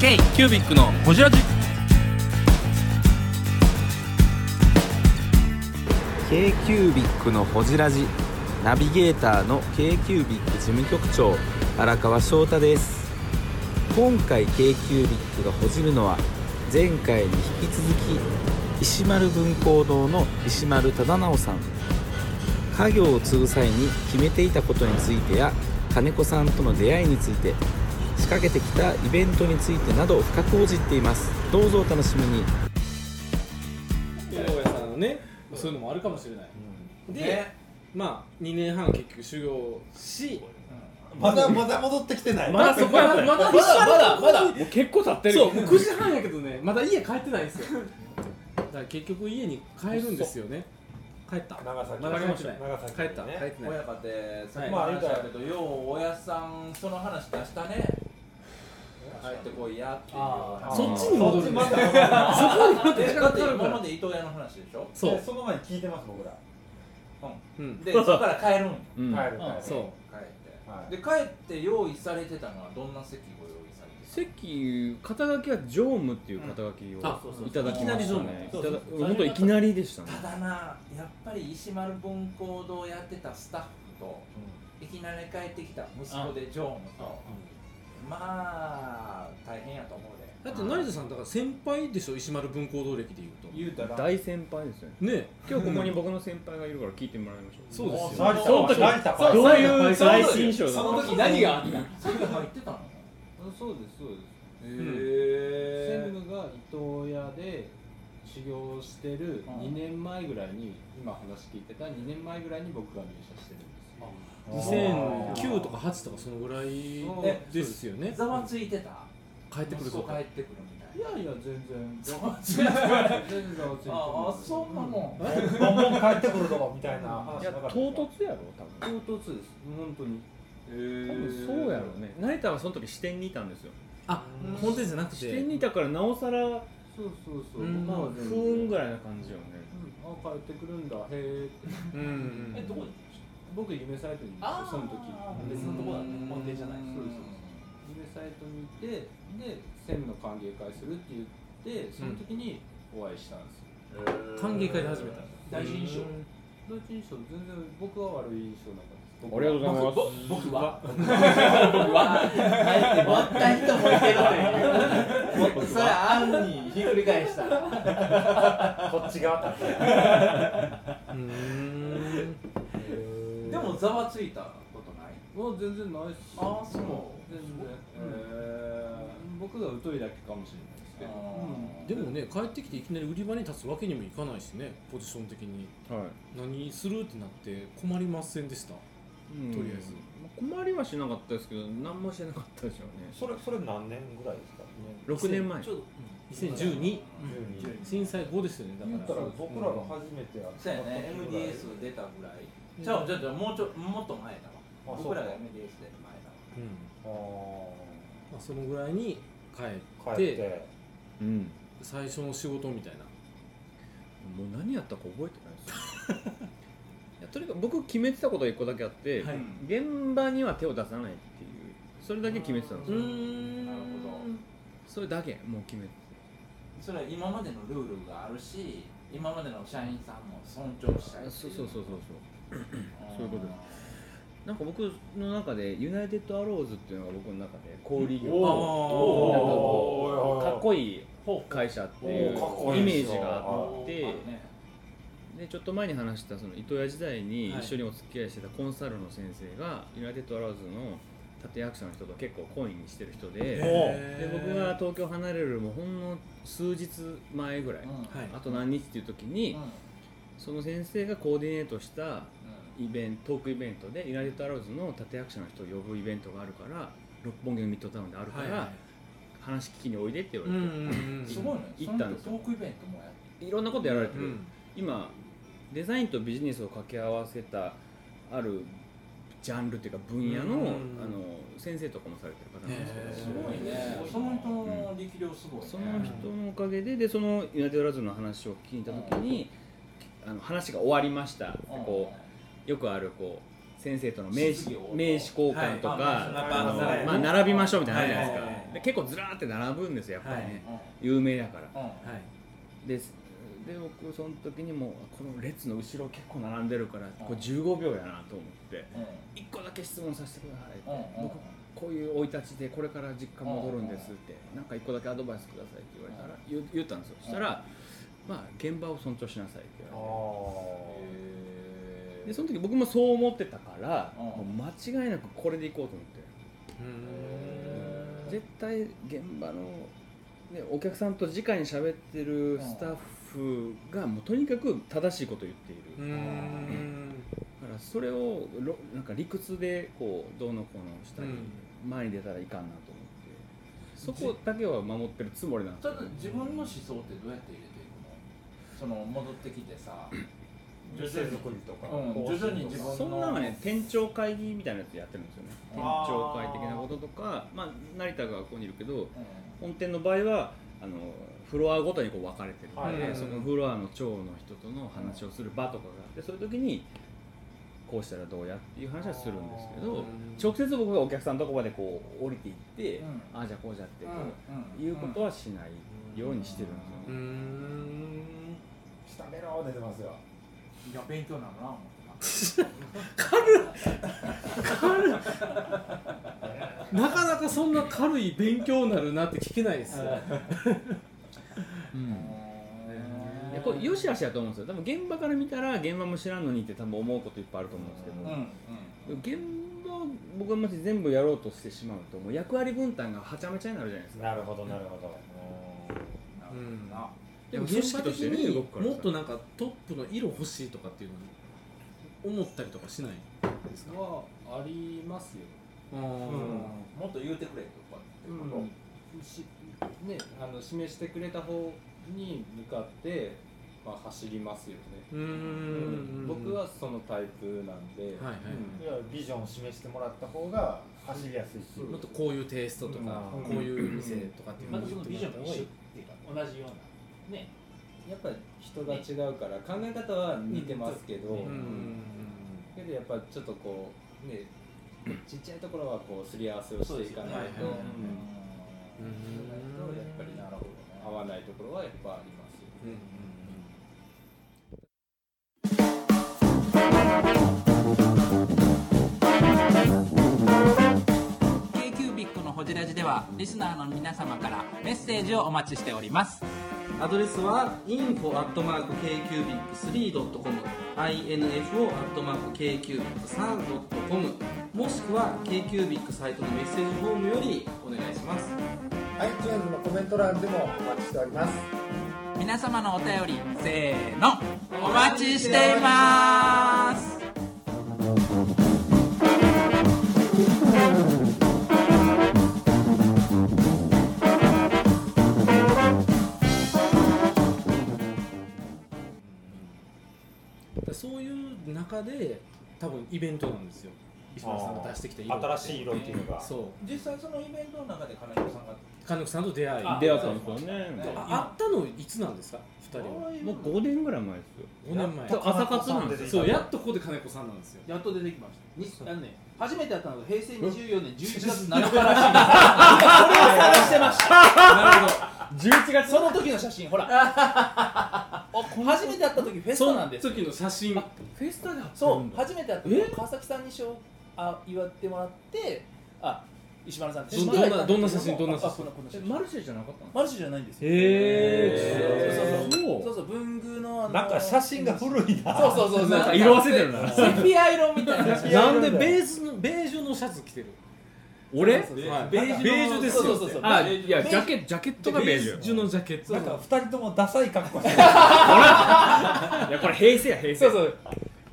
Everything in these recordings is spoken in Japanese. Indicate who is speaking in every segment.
Speaker 1: K キュービックのホジラジ
Speaker 2: ー k q b i c のほじラジナビゲーターの k q b i c 事務局長荒川翔太です今回 k q b i c がほじるのは前回に引き続き石丸文工堂の石丸忠直さん家業を継ぐ際に決めていたことについてや金子さんとの出会いについて仕掛けてきたイベントについてなど深く応じっていますどうぞお楽しみに
Speaker 3: 大家さんのねそういうのもあるかもしれない、で、まあ2年半結局修行し
Speaker 4: まだまだ戻ってきてない。
Speaker 3: まだそこはまだ
Speaker 4: まだまだまだ。
Speaker 5: もう結構経ってる
Speaker 3: そ
Speaker 5: よ
Speaker 3: うもう9時半やけどねまだ家帰ってないんですよだから結局家に帰るんですよね帰った
Speaker 4: 長崎
Speaker 3: まだ帰ってない
Speaker 4: 長崎
Speaker 3: 帰った帰ってない
Speaker 6: 親方でさっ
Speaker 3: はい
Speaker 6: きも話したけど、よう親さんその話出したね帰ってこいやっていう話
Speaker 3: そっちに戻るんだ
Speaker 4: ま
Speaker 3: よ
Speaker 4: だ。
Speaker 3: そこに戻って
Speaker 6: で
Speaker 3: 時間か
Speaker 6: だっ
Speaker 3: か
Speaker 6: て
Speaker 3: るか
Speaker 6: 今ま
Speaker 3: ら
Speaker 6: で伊藤屋の話でしょ
Speaker 3: そ
Speaker 4: で
Speaker 3: う、
Speaker 4: その前に聞いてます僕ら。
Speaker 3: うん、
Speaker 6: でそこから帰るんよ
Speaker 2: うん
Speaker 4: 帰る帰る。
Speaker 3: そう
Speaker 6: 帰って、
Speaker 4: はい
Speaker 6: で帰って用意されてたのはどんな席ご用意されて
Speaker 5: 席肩書きは常務っていう肩書きを
Speaker 3: あそうそうそう
Speaker 5: いただきましたね
Speaker 3: いきなり常務そう
Speaker 5: いただ
Speaker 3: そうそう
Speaker 5: 本当いきなりでしたね
Speaker 6: たただなやっぱり石丸文工堂やってたスタッフといきなり帰ってきた息子で常務とまあ大変やと思うで
Speaker 3: だって成田さんだから先輩でしょ石丸文工堂歴でいうと
Speaker 4: 言うたら。
Speaker 5: 大先輩ですよね
Speaker 3: ねえ
Speaker 5: 今日ここに僕の先輩がいるから聞いてもらいましょ
Speaker 3: そ
Speaker 5: う
Speaker 3: うです
Speaker 4: 成田
Speaker 3: よ
Speaker 4: は成田は
Speaker 5: どういう第一印象だった
Speaker 6: その時何があったその時入ってたの
Speaker 7: そうですそうです専
Speaker 6: へえ
Speaker 7: 務が伊東屋で修行してる
Speaker 6: うん
Speaker 7: 2年前ぐらいに今話聞いてた2年前ぐらいに僕が入社してるんですよ
Speaker 3: 2009とか8とかそのぐらいですよね
Speaker 6: ざわついてた
Speaker 3: 帰ってくる
Speaker 6: 息
Speaker 3: と
Speaker 6: 子帰
Speaker 3: か
Speaker 6: ってくるみたい
Speaker 7: い
Speaker 6: な
Speaker 7: やいや 全然
Speaker 6: ざわついてた
Speaker 7: 全然ざわついて
Speaker 6: ああそんな
Speaker 7: も
Speaker 6: もん
Speaker 4: もうもう帰ってくるとかみたいな話
Speaker 5: いや
Speaker 4: なかった
Speaker 5: 唐突やろ多分
Speaker 7: 唐突です本当に
Speaker 5: 多分そうやろうね成田はその時支店にいたんですよ
Speaker 3: あ本店じゃなく
Speaker 5: 支
Speaker 3: て
Speaker 5: 店にいたからなおさら
Speaker 7: そうそうそう
Speaker 3: うん
Speaker 7: まあ
Speaker 5: 不運ぐ
Speaker 7: らい
Speaker 5: らいな感じよね
Speaker 7: あ帰ってくるんだへえって
Speaker 3: うんうん
Speaker 6: えどこに
Speaker 7: 僕夢サイトにいましたその時
Speaker 6: 別のとこだね本店じゃない
Speaker 7: そうですそうです夢サイトにいてで専務の歓迎会するって言ってその時にお会いしたんですよ
Speaker 3: 歓迎会で始めた
Speaker 6: 第一印象
Speaker 7: 第一印象全然僕は悪い印象なかったです
Speaker 5: ありがとうございます
Speaker 6: 僕は僕 は帰ってもった人もいてるねそれあんにひっくり返したら
Speaker 4: こっち側だった
Speaker 3: うん
Speaker 6: でもざわついたことない
Speaker 7: もう全然ないっす
Speaker 6: あそう
Speaker 7: 全然、うん
Speaker 6: へ
Speaker 7: 僕が疎いだけかもしれないですけ
Speaker 6: え
Speaker 7: ど
Speaker 3: でもね帰ってきていきなり売り場に立つわけにもいかないしねポジション的に
Speaker 5: はい
Speaker 3: 何するってなって困りませんでした
Speaker 5: うん
Speaker 3: とりあえず
Speaker 5: 困りはしなかったですけど何もしてなかったでしょうね
Speaker 4: それそれ何年ぐらいですか
Speaker 5: 6年前
Speaker 6: ちょっと
Speaker 3: 2012
Speaker 4: 12
Speaker 3: 震災後ですよねだ
Speaker 4: 言っ
Speaker 3: か
Speaker 4: たら
Speaker 3: ら
Speaker 4: 僕らが初めてやった
Speaker 6: そうやね MDS 出たぐらいじゃあじゃあじゃあもうちょもっと前だわ
Speaker 4: あそう
Speaker 6: 僕らが MDS 出る前だわ
Speaker 3: うん
Speaker 4: あ
Speaker 3: まあそのぐらいに帰
Speaker 4: ー
Speaker 3: っ
Speaker 4: 帰ってて
Speaker 5: うんも
Speaker 3: 最初の仕事みたいな
Speaker 5: う何やったか覚えてないです いやとにかく僕決めてたことが1個だけあって、
Speaker 3: はい
Speaker 5: 現場には手を出さないっていうそれだけ決めてたんです
Speaker 3: う
Speaker 5: よ、
Speaker 3: ん
Speaker 6: なるほど
Speaker 5: それだけもう決めて
Speaker 6: それは今までのルールがあるし今までの社員さんも尊重したいってい
Speaker 5: そうそうそうそうそう
Speaker 6: あー
Speaker 5: そういうことでなんか僕の中でユナイテッドアローズっていうのが僕の中で小売業
Speaker 3: ああ
Speaker 4: おー
Speaker 5: かっこいい会社っていう
Speaker 4: おーかっこい
Speaker 5: イ
Speaker 4: い
Speaker 5: メ
Speaker 4: です
Speaker 5: ー
Speaker 4: よ
Speaker 5: ジがあっ
Speaker 6: あ
Speaker 5: て
Speaker 6: るね
Speaker 5: でちょっと前に話したその伊藤屋時代に
Speaker 3: はい
Speaker 5: 一緒にお付き合いしてたコンサルの先生がユナイテッドアローズの立役者の人と結構懇意にしてる人でで
Speaker 3: で
Speaker 5: 僕が東京離れるよりもほんの数日前ぐらい
Speaker 6: うん
Speaker 3: はい
Speaker 5: あと何日っていう時に
Speaker 6: うん
Speaker 5: その先生がコーディネートしたイベントトークイベントでユナイテッドアローズの立役者の人を呼ぶイベントがあるから六本木のミッドタウンであるか
Speaker 3: はい
Speaker 5: ら
Speaker 3: は
Speaker 5: 話聞きにおいでって言わ
Speaker 3: いうん
Speaker 5: れ
Speaker 3: うんうん
Speaker 6: すごいね
Speaker 5: 行ったんです
Speaker 6: そ
Speaker 5: よ
Speaker 6: の人トークイベントもやって
Speaker 5: ていろんなことやられて
Speaker 3: う
Speaker 5: る
Speaker 3: ん
Speaker 5: 今デザインとビジネスを掛け合わせたあるジャンルっていうか分野の,、
Speaker 3: うん
Speaker 5: あの先生とかもされてる方なんですけ
Speaker 3: へ
Speaker 5: ど
Speaker 3: ー
Speaker 6: すごいねその人の力量すごいね
Speaker 5: その人のおかげででそのユナイテッドラズの話を聞いた時に、あの話が終わりましたってこうよくあるこう先生との名刺
Speaker 6: 質疑応答
Speaker 5: 名刺交換とか、
Speaker 1: はいまあ
Speaker 5: あの
Speaker 1: まあ
Speaker 5: まあ、並びましょうみたいなのあるじゃな
Speaker 1: はいは
Speaker 5: いですか、
Speaker 1: いはい
Speaker 5: で結構ずらーって並ぶんですよやっぱりね、
Speaker 1: はい
Speaker 5: 有名だから
Speaker 6: うん
Speaker 1: はい
Speaker 5: ですで僕その時にもうこの列の後ろ結構並んでるからこれ15秒やなと思って1個だけ質問させてください
Speaker 6: うんうんうん
Speaker 5: 僕こういう生い立ちでこれから実家戻るんですってなんか1個だけアドバイスくださいって言われたら言う言ったんですよそしたらまあ現場を尊重しなさいって言われてでその時僕もそう思ってたから
Speaker 6: うん
Speaker 5: もう間違いなくこれでいこうと思って絶対現場の、ね、お客さんと直に喋ってるスタッフがもうとにかく正しいことを言ってい
Speaker 3: う
Speaker 5: る、
Speaker 3: ーん
Speaker 5: だからそれをろなんか理屈でこうどうのこうのしたり、前に出たらいかんなと思ってそこだけは守ってるつもりなんです
Speaker 6: た
Speaker 5: よ
Speaker 6: だ自分の思想ってどうやって入れていくのその戻ってきてさ、
Speaker 4: 女性作りとか、
Speaker 6: うん
Speaker 4: 更新とか
Speaker 6: 徐々に自分
Speaker 5: そんなのはね店長会議みたいなやつやってるんですよね店長会的なこととかまあ、成田がここにいるけど
Speaker 6: う
Speaker 5: 本店の場合はあのフロアごとにこう分かれてるので、
Speaker 3: はい
Speaker 5: そのフロアの長の人との話をする場とかがあってそういう時にこうしたらどうやっていう話はするんですけど直接僕がお客さんのとこまでこう降りていって、
Speaker 6: うん
Speaker 5: ああじゃあこうじゃってこう
Speaker 6: うん
Speaker 5: いうことはしないようにしてるんですよね、
Speaker 3: うーん
Speaker 4: 下ベロー出てますよ
Speaker 6: いや勉強なのな思って
Speaker 3: なかなかそんな軽い勉強になるなって聞けないです よ
Speaker 5: うん
Speaker 6: な
Speaker 5: いやこれよしあしだと思うんですよ多分現場から見たら現場も知らんのにって多分思うこといっぱいあると思うんですけど、
Speaker 6: うんうん
Speaker 5: 現場を僕がもし全部やろうとしてしまうともう役割分担がはちゃめちゃになるじゃないですか
Speaker 4: なるほどなるほど
Speaker 6: なるほどな
Speaker 5: でも組織としてね
Speaker 3: 現場
Speaker 5: 動
Speaker 3: 的
Speaker 5: くか
Speaker 3: に
Speaker 5: らさ
Speaker 3: もっとなんかトップの色欲しいとかっていうのに思ったりとかしないですか
Speaker 7: はありますよ、
Speaker 3: うーん
Speaker 6: もっと言うてくれとかってこと
Speaker 7: しね、あの示してくれた方に向かって、まあ、走りますよね、
Speaker 3: うーん
Speaker 7: 僕はそのタイプなんで、
Speaker 3: はいはい
Speaker 4: いやビジョンを示してもらった方が走りやすいし、
Speaker 3: もっとこういうテイストとか、
Speaker 4: うん
Speaker 3: こういう店とかっていう
Speaker 1: ま
Speaker 3: のを
Speaker 1: ずそ
Speaker 3: 言
Speaker 1: の
Speaker 3: って
Speaker 1: ビ
Speaker 3: も
Speaker 1: ジョ
Speaker 3: らっ
Speaker 1: ン
Speaker 3: た方
Speaker 1: が
Speaker 3: が
Speaker 1: 多
Speaker 3: い
Speaker 1: いっ
Speaker 3: い
Speaker 1: ていうか同じようなね
Speaker 7: やっぱ人が違うから考え方は似てますけど、
Speaker 4: うん
Speaker 3: うん
Speaker 7: けどやっぱちょっとこうねちっちゃいところはこうすり合わせをしていかないと、
Speaker 3: そうですよねはいはいはい
Speaker 7: うん
Speaker 3: うん
Speaker 7: やっぱりなるほど合わないところはやっぱありますよ
Speaker 3: うん
Speaker 1: k q b i c のホジラジではリスナーの皆様からメッセージをお待ちしております
Speaker 8: アドレスは info.kcubic3.com info.kcubic3.com もしくは KQBIC サイトのメッセージフォームよりお願いします
Speaker 4: iTunes のコメント欄でもお待ちしております
Speaker 1: 皆様のお便りせーのお待ちしています
Speaker 3: だからそういう中で多分イベントなんですよ石村さんが出してきた色
Speaker 4: 新しい色っていうのが
Speaker 3: そ
Speaker 6: 実際そのイベントの中で金子さんが
Speaker 3: う金子さんと出会いあ
Speaker 5: 出会ったんですよね
Speaker 3: あったのいつなんですか2人は
Speaker 5: もう5年ぐらい前で
Speaker 3: 5年前
Speaker 5: すよ朝活なんです
Speaker 4: 出
Speaker 5: よ
Speaker 3: そ
Speaker 4: てきた
Speaker 3: うやっとここで金子さんなんですよ
Speaker 6: やっと出てきましたにあのね初めてやったのが平成24年11月7日らしいんですこれを探してました
Speaker 3: なるほど
Speaker 5: 11月
Speaker 6: その時の写真ほらお初めて会った時フェス
Speaker 3: そ
Speaker 6: トな
Speaker 3: の
Speaker 6: んです
Speaker 3: 時の写真
Speaker 5: フェスタだ
Speaker 6: そう初めて会った時
Speaker 3: え
Speaker 6: 川崎さんにしょあ祝ってもらってあ石丸さんって
Speaker 3: ど
Speaker 6: 知ってはいた
Speaker 3: どんな
Speaker 6: ですけ
Speaker 3: どんな写真どんな写真
Speaker 6: あこのこの写真
Speaker 5: マルシェじゃなかったの
Speaker 6: マルシェじゃないんですよ
Speaker 3: へ
Speaker 5: ー
Speaker 6: そうそうそうそう文具のあの
Speaker 4: なんか写真が古いな
Speaker 6: そうそうそうそう
Speaker 5: なんか色褪せてるな
Speaker 6: セピア色みたいな
Speaker 4: え
Speaker 3: なんでベージュのベージュのシャツ着てる
Speaker 5: 俺
Speaker 3: はい
Speaker 6: ベージュの
Speaker 3: ベージュですよ
Speaker 6: そうそうそう
Speaker 5: あいや
Speaker 6: ベー
Speaker 5: ジャケットジャケットがベージュ
Speaker 3: ジュのジャケット
Speaker 4: なんか二人ともダサい格 好して
Speaker 5: いやこれ平成や平
Speaker 6: そ
Speaker 5: 成
Speaker 6: うそう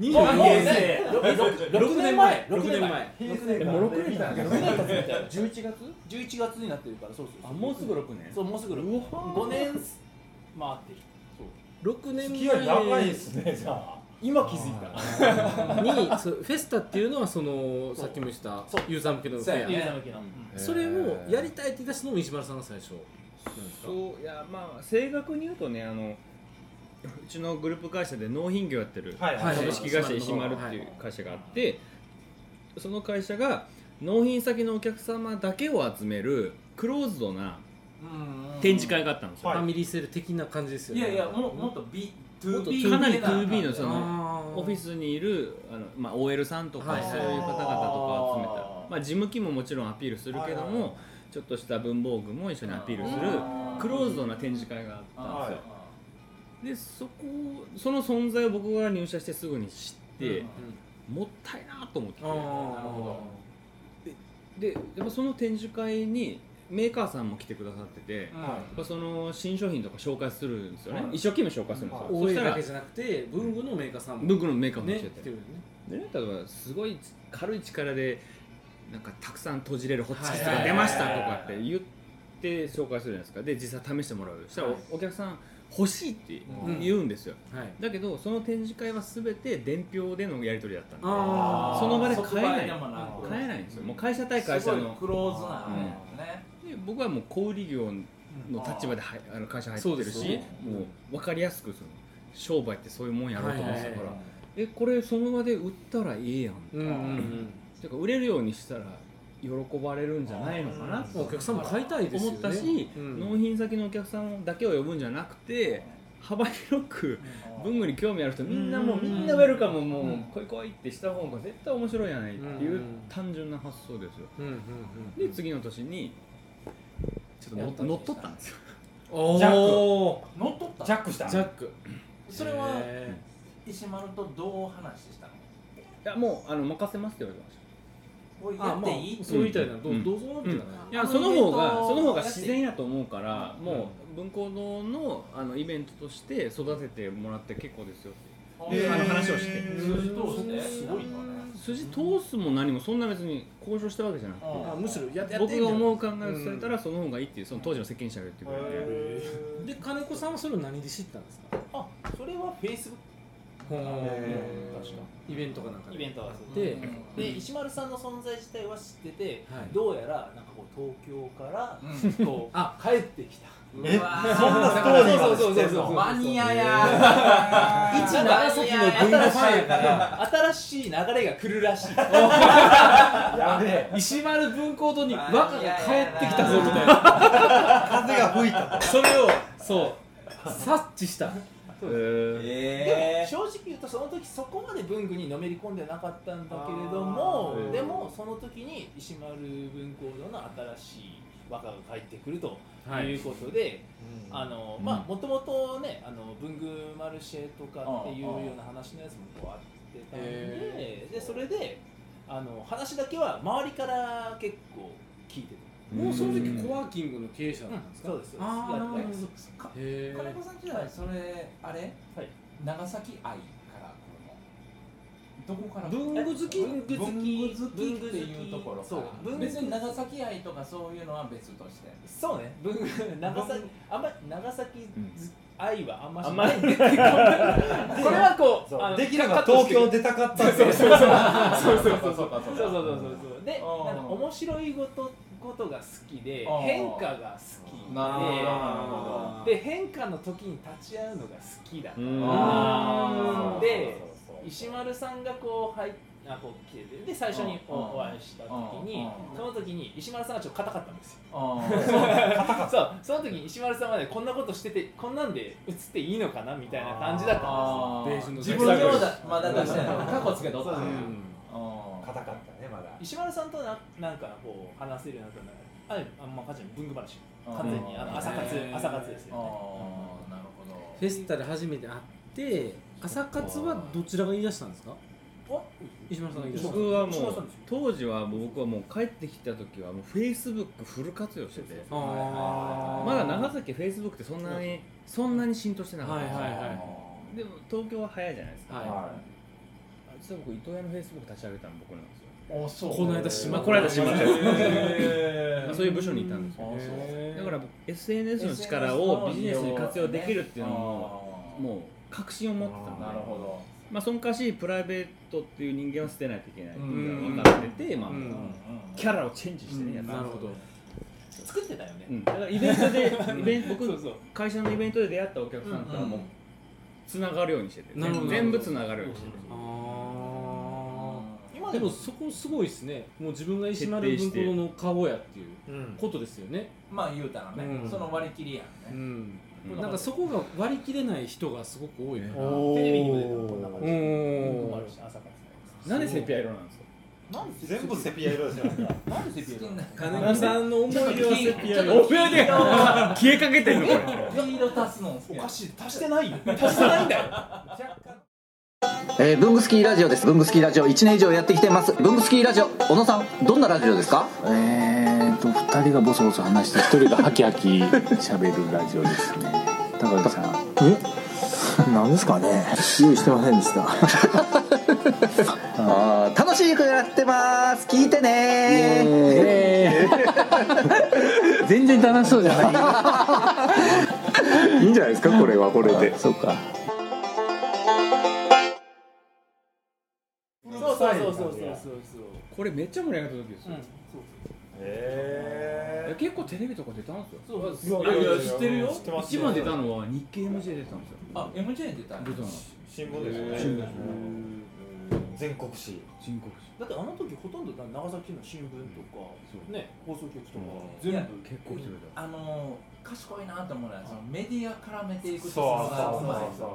Speaker 3: 24
Speaker 6: もうもう
Speaker 3: 年
Speaker 6: ね6年前6年前
Speaker 4: 平成
Speaker 5: もう六年
Speaker 4: だ
Speaker 5: だ
Speaker 4: けど
Speaker 6: 11月11月になってるからそうそうそう
Speaker 5: あもうすぐ6年
Speaker 6: そうもうすぐ
Speaker 5: うわ
Speaker 6: 5年回ってる
Speaker 3: 6年
Speaker 4: 付
Speaker 3: 前
Speaker 4: き合い長いですねじゃあ
Speaker 6: 今気づいた
Speaker 3: にそうフェスタっていうのはそのさっきも言った
Speaker 6: そう
Speaker 3: ユーザー向けのフ
Speaker 6: そうや
Speaker 3: ェ
Speaker 6: ね
Speaker 1: 向けの
Speaker 3: アそれをやりたいって言い出したのも石丸さんが最初なんですか
Speaker 5: そういやまあ正確に言うとねあのうちのグループ会社で納品業やってる
Speaker 4: はいはい
Speaker 5: 株式会社石丸っていう会社があってその会社が納品先のお客様だけを集めるクローズドな展示会があったんですよ、
Speaker 4: ファミリーセール的な感じですよ
Speaker 6: い
Speaker 4: ね
Speaker 6: やいやももっと B 2B
Speaker 5: かなり 2B のその
Speaker 4: あー
Speaker 5: オフィスにいるあの、まあ、OL さんとか
Speaker 4: はい
Speaker 5: そういう方々とか集めた
Speaker 3: あー
Speaker 5: まあ、事務機ももちろんアピールするけど
Speaker 3: はいはいは
Speaker 5: もちょっとした文房具も一緒にアピールする
Speaker 3: あー
Speaker 5: クローズドな展示会があったん
Speaker 3: はい
Speaker 5: ですよでそこその存在を僕が入社してすぐに知ってもったいなと思って
Speaker 4: あーなるほ
Speaker 5: でやっぱその展示会にメーカーさんも来てくださってて、や
Speaker 3: は
Speaker 5: っぱその新商品とか紹介するんですよね、
Speaker 3: はい
Speaker 5: 一生懸命紹介するんですよ、
Speaker 4: ど
Speaker 5: そ
Speaker 4: OA
Speaker 5: した
Speaker 4: だ
Speaker 5: ら
Speaker 4: けじゃなくて文具のメーカーさんも
Speaker 5: 文具のメーカーも
Speaker 4: ね
Speaker 5: 来
Speaker 4: 来
Speaker 5: て
Speaker 4: て
Speaker 5: て、
Speaker 4: るよね
Speaker 5: でね例えばすごい軽い力でなんかたくさん閉じれるホッチキスが出ましたとかって言って紹介するじゃないですかで実際試してもらうそしたらおお客さん欲しいって言うんですよ、
Speaker 4: はい
Speaker 5: だけどその展示会は全て伝票でのやり取りだったんで
Speaker 4: あ
Speaker 5: その場で買えな
Speaker 6: 即売
Speaker 5: い
Speaker 6: でもなく
Speaker 5: 買えないんですよもう会社対会社
Speaker 6: すご
Speaker 5: の
Speaker 6: いクローズなのね
Speaker 5: で僕はもう小売業の立場ではいあの会社入ってる
Speaker 4: そう
Speaker 5: し、
Speaker 4: ですよね
Speaker 5: もう分かりやすくその商売ってそういうもんやろうと思ってたから、
Speaker 4: はいはい
Speaker 5: えこれその場で売ったらいいやん
Speaker 4: うんうん
Speaker 5: てか売れるようにしたら喜ばれるんじゃないのかな
Speaker 4: うんお
Speaker 5: と
Speaker 4: 客さんも買いたいですよ
Speaker 5: 思
Speaker 4: ね
Speaker 5: ったし、
Speaker 4: うん
Speaker 5: 納品先のお客さんだけを呼ぶんじゃなくて幅広く文具に興味ある人みんなもうみんなウェルカムもう来い来いってした方が絶対面白いやないっていう単純な発想ですよ
Speaker 4: うんうん
Speaker 5: で次の年にちょっと乗っ取ったんですよ
Speaker 4: うん
Speaker 8: ジャック
Speaker 4: お
Speaker 3: 乗っ取った
Speaker 8: ジャックした
Speaker 4: ージャック
Speaker 3: それは
Speaker 4: へ
Speaker 3: 石丸とどう話したの
Speaker 5: いやもうあの任せますって言われてました
Speaker 3: これ
Speaker 4: ーあ
Speaker 3: やっ
Speaker 4: まあ
Speaker 3: ていい
Speaker 4: そうみたいなど
Speaker 5: う
Speaker 4: うんどうぞみたいなね
Speaker 5: いやその方が
Speaker 3: あの
Speaker 5: その方が
Speaker 3: イベント
Speaker 5: 自然やと思うから、もう文工堂のあのイベントとして育ててもらって結構ですよっていうあの話をして
Speaker 3: 筋通してすごいのね
Speaker 5: 筋通すも何もそんな別に交渉したわけじゃなく
Speaker 4: あむしろやって
Speaker 5: て
Speaker 4: やってみたい
Speaker 5: 僕が
Speaker 4: な
Speaker 5: 思う考えを伝えたらその方がいいっていうその当時の責任者が言ってくれて
Speaker 4: で金子さんはそれを何で知ったんですか
Speaker 3: あそれはフェイスブッ
Speaker 4: ほー
Speaker 3: へー確か
Speaker 4: イベントかなんか
Speaker 3: ク
Speaker 4: で
Speaker 3: イベン
Speaker 4: ト
Speaker 3: トがそう
Speaker 4: で
Speaker 3: で石丸さんの存在自体は知ってて、
Speaker 4: はい
Speaker 3: どうやらなんかこう東京からこう、
Speaker 4: あ
Speaker 3: 帰ってきた
Speaker 8: え
Speaker 6: うわ
Speaker 8: そんなストーリーまで
Speaker 4: そうそうそうそうそう
Speaker 6: マニアや
Speaker 3: 一長崎の文化ファンやから新しい流れが来るらしい
Speaker 8: やべえ
Speaker 4: 石丸文庫堂に和
Speaker 6: 和
Speaker 4: 歌が帰ってきたぞみたいな
Speaker 8: 風が吹いた
Speaker 4: それをそう察知した
Speaker 6: え
Speaker 3: でも正直言うとその時そこまで文具にのめり込んでなかったんだけれども
Speaker 8: あー
Speaker 3: でもその時に石丸文庫堂の新しい和歌が帰ってくるということで、あのまあもともとねあの文具マルシェとかっていうような話のやつもこうあってたんで,、でそれであの話だけは周りから結構聞いてた、
Speaker 4: もうその時コワーキングの経営者
Speaker 3: う
Speaker 4: なんですか
Speaker 3: そうですそうです
Speaker 4: あーなるほど
Speaker 3: やってたやつ
Speaker 6: ー
Speaker 4: へ
Speaker 6: 金子さん時代それあれ
Speaker 3: はい
Speaker 6: 長崎愛からこのどこから
Speaker 4: 文具好き
Speaker 6: 文具好
Speaker 3: 文具
Speaker 6: き
Speaker 3: 好き
Speaker 6: 文具っていうところ
Speaker 3: そう
Speaker 6: 文
Speaker 3: 文具好き
Speaker 6: 別に長崎愛とかそういうのは別として
Speaker 3: そうね文具長崎あんまり長崎ず、愛はあんまし
Speaker 5: あんまり
Speaker 3: ないんでこれは こうあの
Speaker 8: できれば
Speaker 3: カット
Speaker 8: 東
Speaker 3: してくれ
Speaker 8: 京出たかったんですよ
Speaker 6: そうそうそうそうそう
Speaker 3: そうそうそうそうそうで
Speaker 6: うん
Speaker 3: なんか面白いことことが好きで
Speaker 6: うん
Speaker 3: 変化が
Speaker 6: なる
Speaker 3: 好
Speaker 6: ほど
Speaker 3: きでで変化の時に立ち会うのが好きだから
Speaker 5: うん
Speaker 6: あー
Speaker 3: で石丸さんがこう入っあこう来ててで最初にお
Speaker 6: うん
Speaker 3: お会いした時に
Speaker 6: うん
Speaker 3: その時に石丸さんはちょっと硬かったんですよ
Speaker 6: あ
Speaker 3: そうその時に石丸さんはねこんなことしててこんなんで映っていいのかなみたいな感じだったん
Speaker 6: あ
Speaker 4: ベースの
Speaker 6: 自分でもだまだ出してない過去つけとった
Speaker 8: そう
Speaker 4: う
Speaker 8: そ
Speaker 4: ん
Speaker 6: あ
Speaker 8: 硬かったねまだ
Speaker 3: です石丸さんとななんかこう話せるようになったんだああまあかじめ文具話
Speaker 6: ー
Speaker 3: 完全にあの朝活
Speaker 4: へー
Speaker 3: 朝活です
Speaker 6: あー
Speaker 3: よ
Speaker 6: なるほど
Speaker 4: フェスタで初めて会って朝活はどちらが言い出したんですか
Speaker 3: ね。
Speaker 4: 石丸さんが言い出した
Speaker 5: 僕はも
Speaker 3: そうそう
Speaker 5: う当時は僕はもう帰ってきた時はもうフェイスブックフル活用してて
Speaker 4: あー
Speaker 5: まだ長崎フェイスブックってそんなにそんなに浸透してなかったんですよ
Speaker 4: はいはいはい
Speaker 5: でも東京は早いじゃないですか、
Speaker 4: は
Speaker 5: 実は僕伊東屋のフェイスブック立ち上げたの僕なんですよ、
Speaker 6: おそ
Speaker 4: いこの間島
Speaker 5: まあ、これは島ちゃ
Speaker 6: へ
Speaker 5: まあ、そういう部署にいたんですよ
Speaker 6: あそう
Speaker 5: だから僕 SNS の力をビジネスに活用できるっていうのももう確信を持ってたので
Speaker 6: なるほど
Speaker 5: まあ、そのかしプライベートっていう人間は捨てないといけないっていうのが分かってて、まあ
Speaker 4: うん
Speaker 5: キャラをチェンジしてねやった
Speaker 4: なるほど
Speaker 3: 作ってたよね。
Speaker 5: うんだからイベントでイベン僕
Speaker 3: そうそう
Speaker 5: 会社のイベントで出会ったお客さんとはもうつながるようにしてて、
Speaker 4: なるほど
Speaker 5: 全部つながるようにしてて
Speaker 4: あ
Speaker 6: あ
Speaker 3: 今
Speaker 9: でもそこすごいですねもう自分が石丸文庫の顔やっていう
Speaker 3: うん
Speaker 9: ことですよね、
Speaker 6: まあ言うたらね、
Speaker 9: うん
Speaker 6: その割り切りや
Speaker 9: うんん
Speaker 6: ね、うん
Speaker 9: なんかそこが割り切れない人がすごく多いね
Speaker 3: テレビにも出てるこんな感
Speaker 9: う
Speaker 3: じで
Speaker 9: ん
Speaker 3: 困るし朝からつ
Speaker 5: なんでセピア色なんですか
Speaker 3: ながります
Speaker 4: 全部セピア色ですよね。
Speaker 3: なんでセピアなんですか
Speaker 9: 金木さんの思い出はセピア
Speaker 5: お部屋で消えかけてんのこれ
Speaker 6: 黄色足すの好きや
Speaker 3: しい足してないよ足してないんだよ
Speaker 2: えー、ブングスキーラジオですブングスキーラジオ1年以上やってきてますブングスキーラジオ小野さんどんなラジオですかえーと2人がボソボソ話して1人がハキハキ喋るラジオですね高木さんえなんですかね用意してませんでした あー楽しい曲やってます聞いてね 全然楽しそうじゃないいいんじゃないですかこれはこれでそうか
Speaker 3: そうそうそうそうそうそう
Speaker 5: これめっちゃ盛り上がった時ですよ、
Speaker 4: え
Speaker 5: 結構テレビとか出たんですよ
Speaker 3: そうそう
Speaker 4: ー
Speaker 3: そう
Speaker 4: いやいや
Speaker 6: 知ってるよ
Speaker 4: 知ってます
Speaker 5: 一
Speaker 4: よ
Speaker 5: 番出たのは日経 MJ 出たんですよ
Speaker 6: あ MJ に出たんや
Speaker 5: 出たの
Speaker 4: 新聞ですよね。
Speaker 5: 新聞
Speaker 4: うん全国紙。
Speaker 5: 人工
Speaker 3: だってあの時ほとんど長崎の新聞とか、ね、放送局とか、
Speaker 6: う
Speaker 3: 全
Speaker 6: ん
Speaker 5: 知結構人出た
Speaker 6: あのー賢いなと思うのはそのメディア絡めてい
Speaker 4: そ
Speaker 6: く
Speaker 4: うそう
Speaker 6: と
Speaker 4: そう
Speaker 6: まい
Speaker 4: そう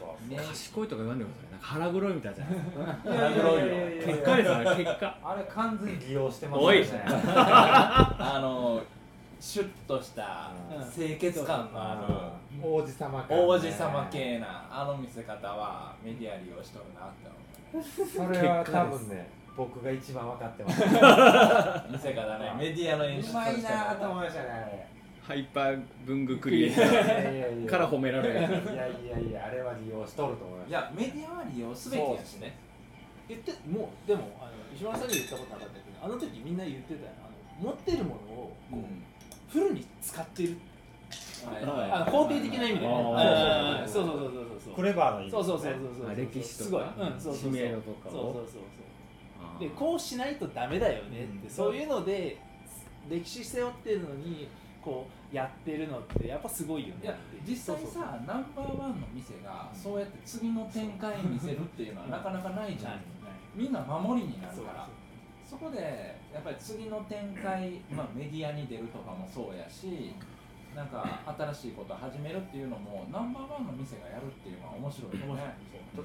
Speaker 4: そう。
Speaker 6: ね
Speaker 5: 賢いとか言わんでくださいなんか腹黒いみたいじゃないで
Speaker 4: い
Speaker 5: すか結果ですよね結果
Speaker 4: あれ完全に利用してます
Speaker 5: おい
Speaker 6: あのーシュッとした
Speaker 3: うん
Speaker 6: 清潔感のあ
Speaker 4: あの王子様
Speaker 6: る
Speaker 4: 感
Speaker 6: 王子様系なあの見せ方はメディア利用しとるなって思
Speaker 4: それは多分ね僕が一番分かってますう
Speaker 6: う見せ方ねメディアの演出と
Speaker 4: まい
Speaker 6: して
Speaker 4: な
Speaker 6: は
Speaker 4: ぁと思いましたね
Speaker 5: ハイパー文具クリエイター
Speaker 4: あれいやいやいや
Speaker 5: から褒められる
Speaker 4: いやいやいやあれは利用しとると思いま
Speaker 6: い
Speaker 4: す
Speaker 6: やメディアは利用すべきやしね
Speaker 3: 言ってもうでもあの石丸さんに言ったことなかったけどあの時みんな言ってたよあの持ってるものを
Speaker 6: う
Speaker 3: こ
Speaker 6: ん
Speaker 3: うフルに使ってる、
Speaker 6: はい
Speaker 5: はい
Speaker 3: あの肯定的な意味でね
Speaker 5: あ
Speaker 3: うんそうそうそうそう
Speaker 4: ク
Speaker 3: そう
Speaker 4: レバーの意味
Speaker 3: そうそうそうそうそう
Speaker 5: あ歴史とか
Speaker 3: すごい、うん、そうそうそう
Speaker 5: 知名度とかを
Speaker 3: そうそうそうそうでこうしないとダメだよねって、
Speaker 4: うん
Speaker 3: そういうので歴史背負ってるのにこうやってるのってやっぱすごいよね
Speaker 6: いや
Speaker 3: って
Speaker 6: 実際
Speaker 3: そうそう
Speaker 6: さナンバーワンの店がそうやって次の展開見せるっていうのはなかなかないじゃんみんな守りになるからそこでやっぱり次の展開、まあ、メディアに出るとかもそうやしなんか新しいこと始めるっていうのもナンバーワンの店がやるっていうのは面白いよね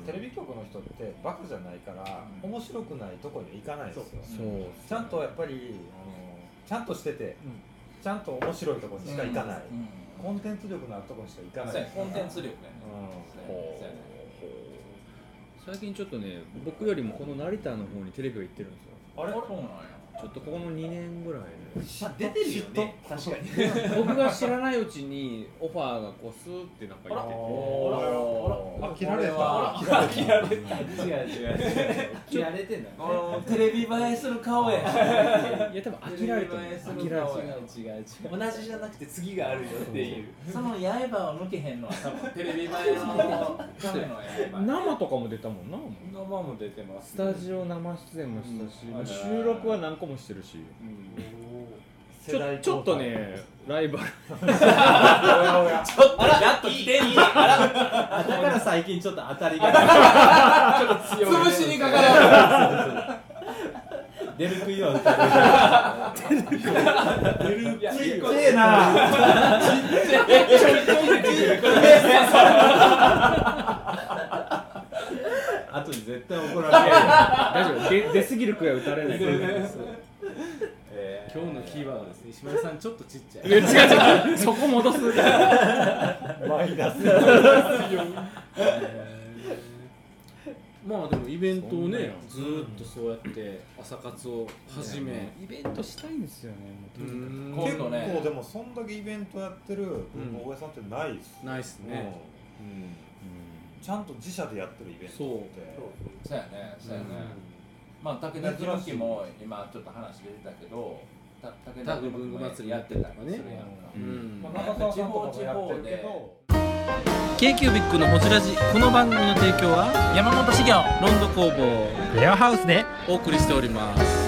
Speaker 4: テレビ局の人ってバカじゃないから
Speaker 6: うん
Speaker 4: 面白くないとこには行かないですよ
Speaker 6: そう
Speaker 4: ちゃんとやっぱりあのちゃんとしててちゃんと面白いとこにしか行かない
Speaker 6: うん
Speaker 4: コンテンツ力のあるとこにしか行か
Speaker 6: そ
Speaker 4: な
Speaker 6: うや
Speaker 4: い
Speaker 6: ねコンテンツ力やね
Speaker 4: うん
Speaker 6: そうやねそうやね
Speaker 5: 最近ちょっとね僕よりもこの成田の方にテレビが行ってるんですよ
Speaker 6: あれそうなんや
Speaker 5: ちょっとここの2年ぐらいで
Speaker 3: まあ出てるよね確かに
Speaker 5: 僕が知らないうちにオファーがこうスーってなんか言って
Speaker 4: おーあ切られ
Speaker 6: これは
Speaker 4: た切られた
Speaker 6: 違う違う違う
Speaker 10: 切られてんだ
Speaker 6: このテレビ映えする顔やし
Speaker 5: いや多分飽きられてる
Speaker 6: テレビ映えする
Speaker 5: 飽きられて
Speaker 6: 顔や
Speaker 5: る
Speaker 10: 違う違う
Speaker 3: 同じじゃなくて次があるよっていう
Speaker 6: その刃を抜けへんのは多分テレビ映えのための刃
Speaker 5: 生とかも出たもんなお前
Speaker 10: 生も出てます
Speaker 5: スタジオ生出演もしたし、収録は何個もしてるしちょちょっとねライバル
Speaker 3: あらやっと来てんだ
Speaker 10: だから最近ちょっと当たりが
Speaker 6: 潰しにかかる
Speaker 10: 出る杭は打たれる
Speaker 4: ちっちゃいな
Speaker 10: あとに絶対怒られる
Speaker 5: 大丈夫出出すぎるくらい打たれないから
Speaker 9: 今日のキーワードですね石丸さんちょっとちっちゃい
Speaker 5: いや違う違うそこ戻す
Speaker 4: マイナス
Speaker 9: まあでもイベントをね
Speaker 5: そ
Speaker 9: ずーっとそうやって朝活を始め
Speaker 5: イベントしたいんですよね
Speaker 9: うーん
Speaker 6: こ
Speaker 4: 結
Speaker 6: 今
Speaker 4: 構
Speaker 6: 度ね
Speaker 4: でもそんだけイベントやってる文房具屋さんってないですよ
Speaker 9: ないっすね
Speaker 4: うんちゃんと自社でやってるイベントって
Speaker 6: そうやねそうやねまあ武田弘樹も今ちょっと話出てたけどた武田弘樹もやってたりするやんか
Speaker 5: うん
Speaker 9: うん
Speaker 4: まあ中澤さんとかもやってるけ
Speaker 6: 地方地
Speaker 4: ど
Speaker 11: k q b i c のホジラジこの番組の提供は
Speaker 6: 山本資源
Speaker 11: ロンド工房
Speaker 12: レアハウスで
Speaker 11: お送りしております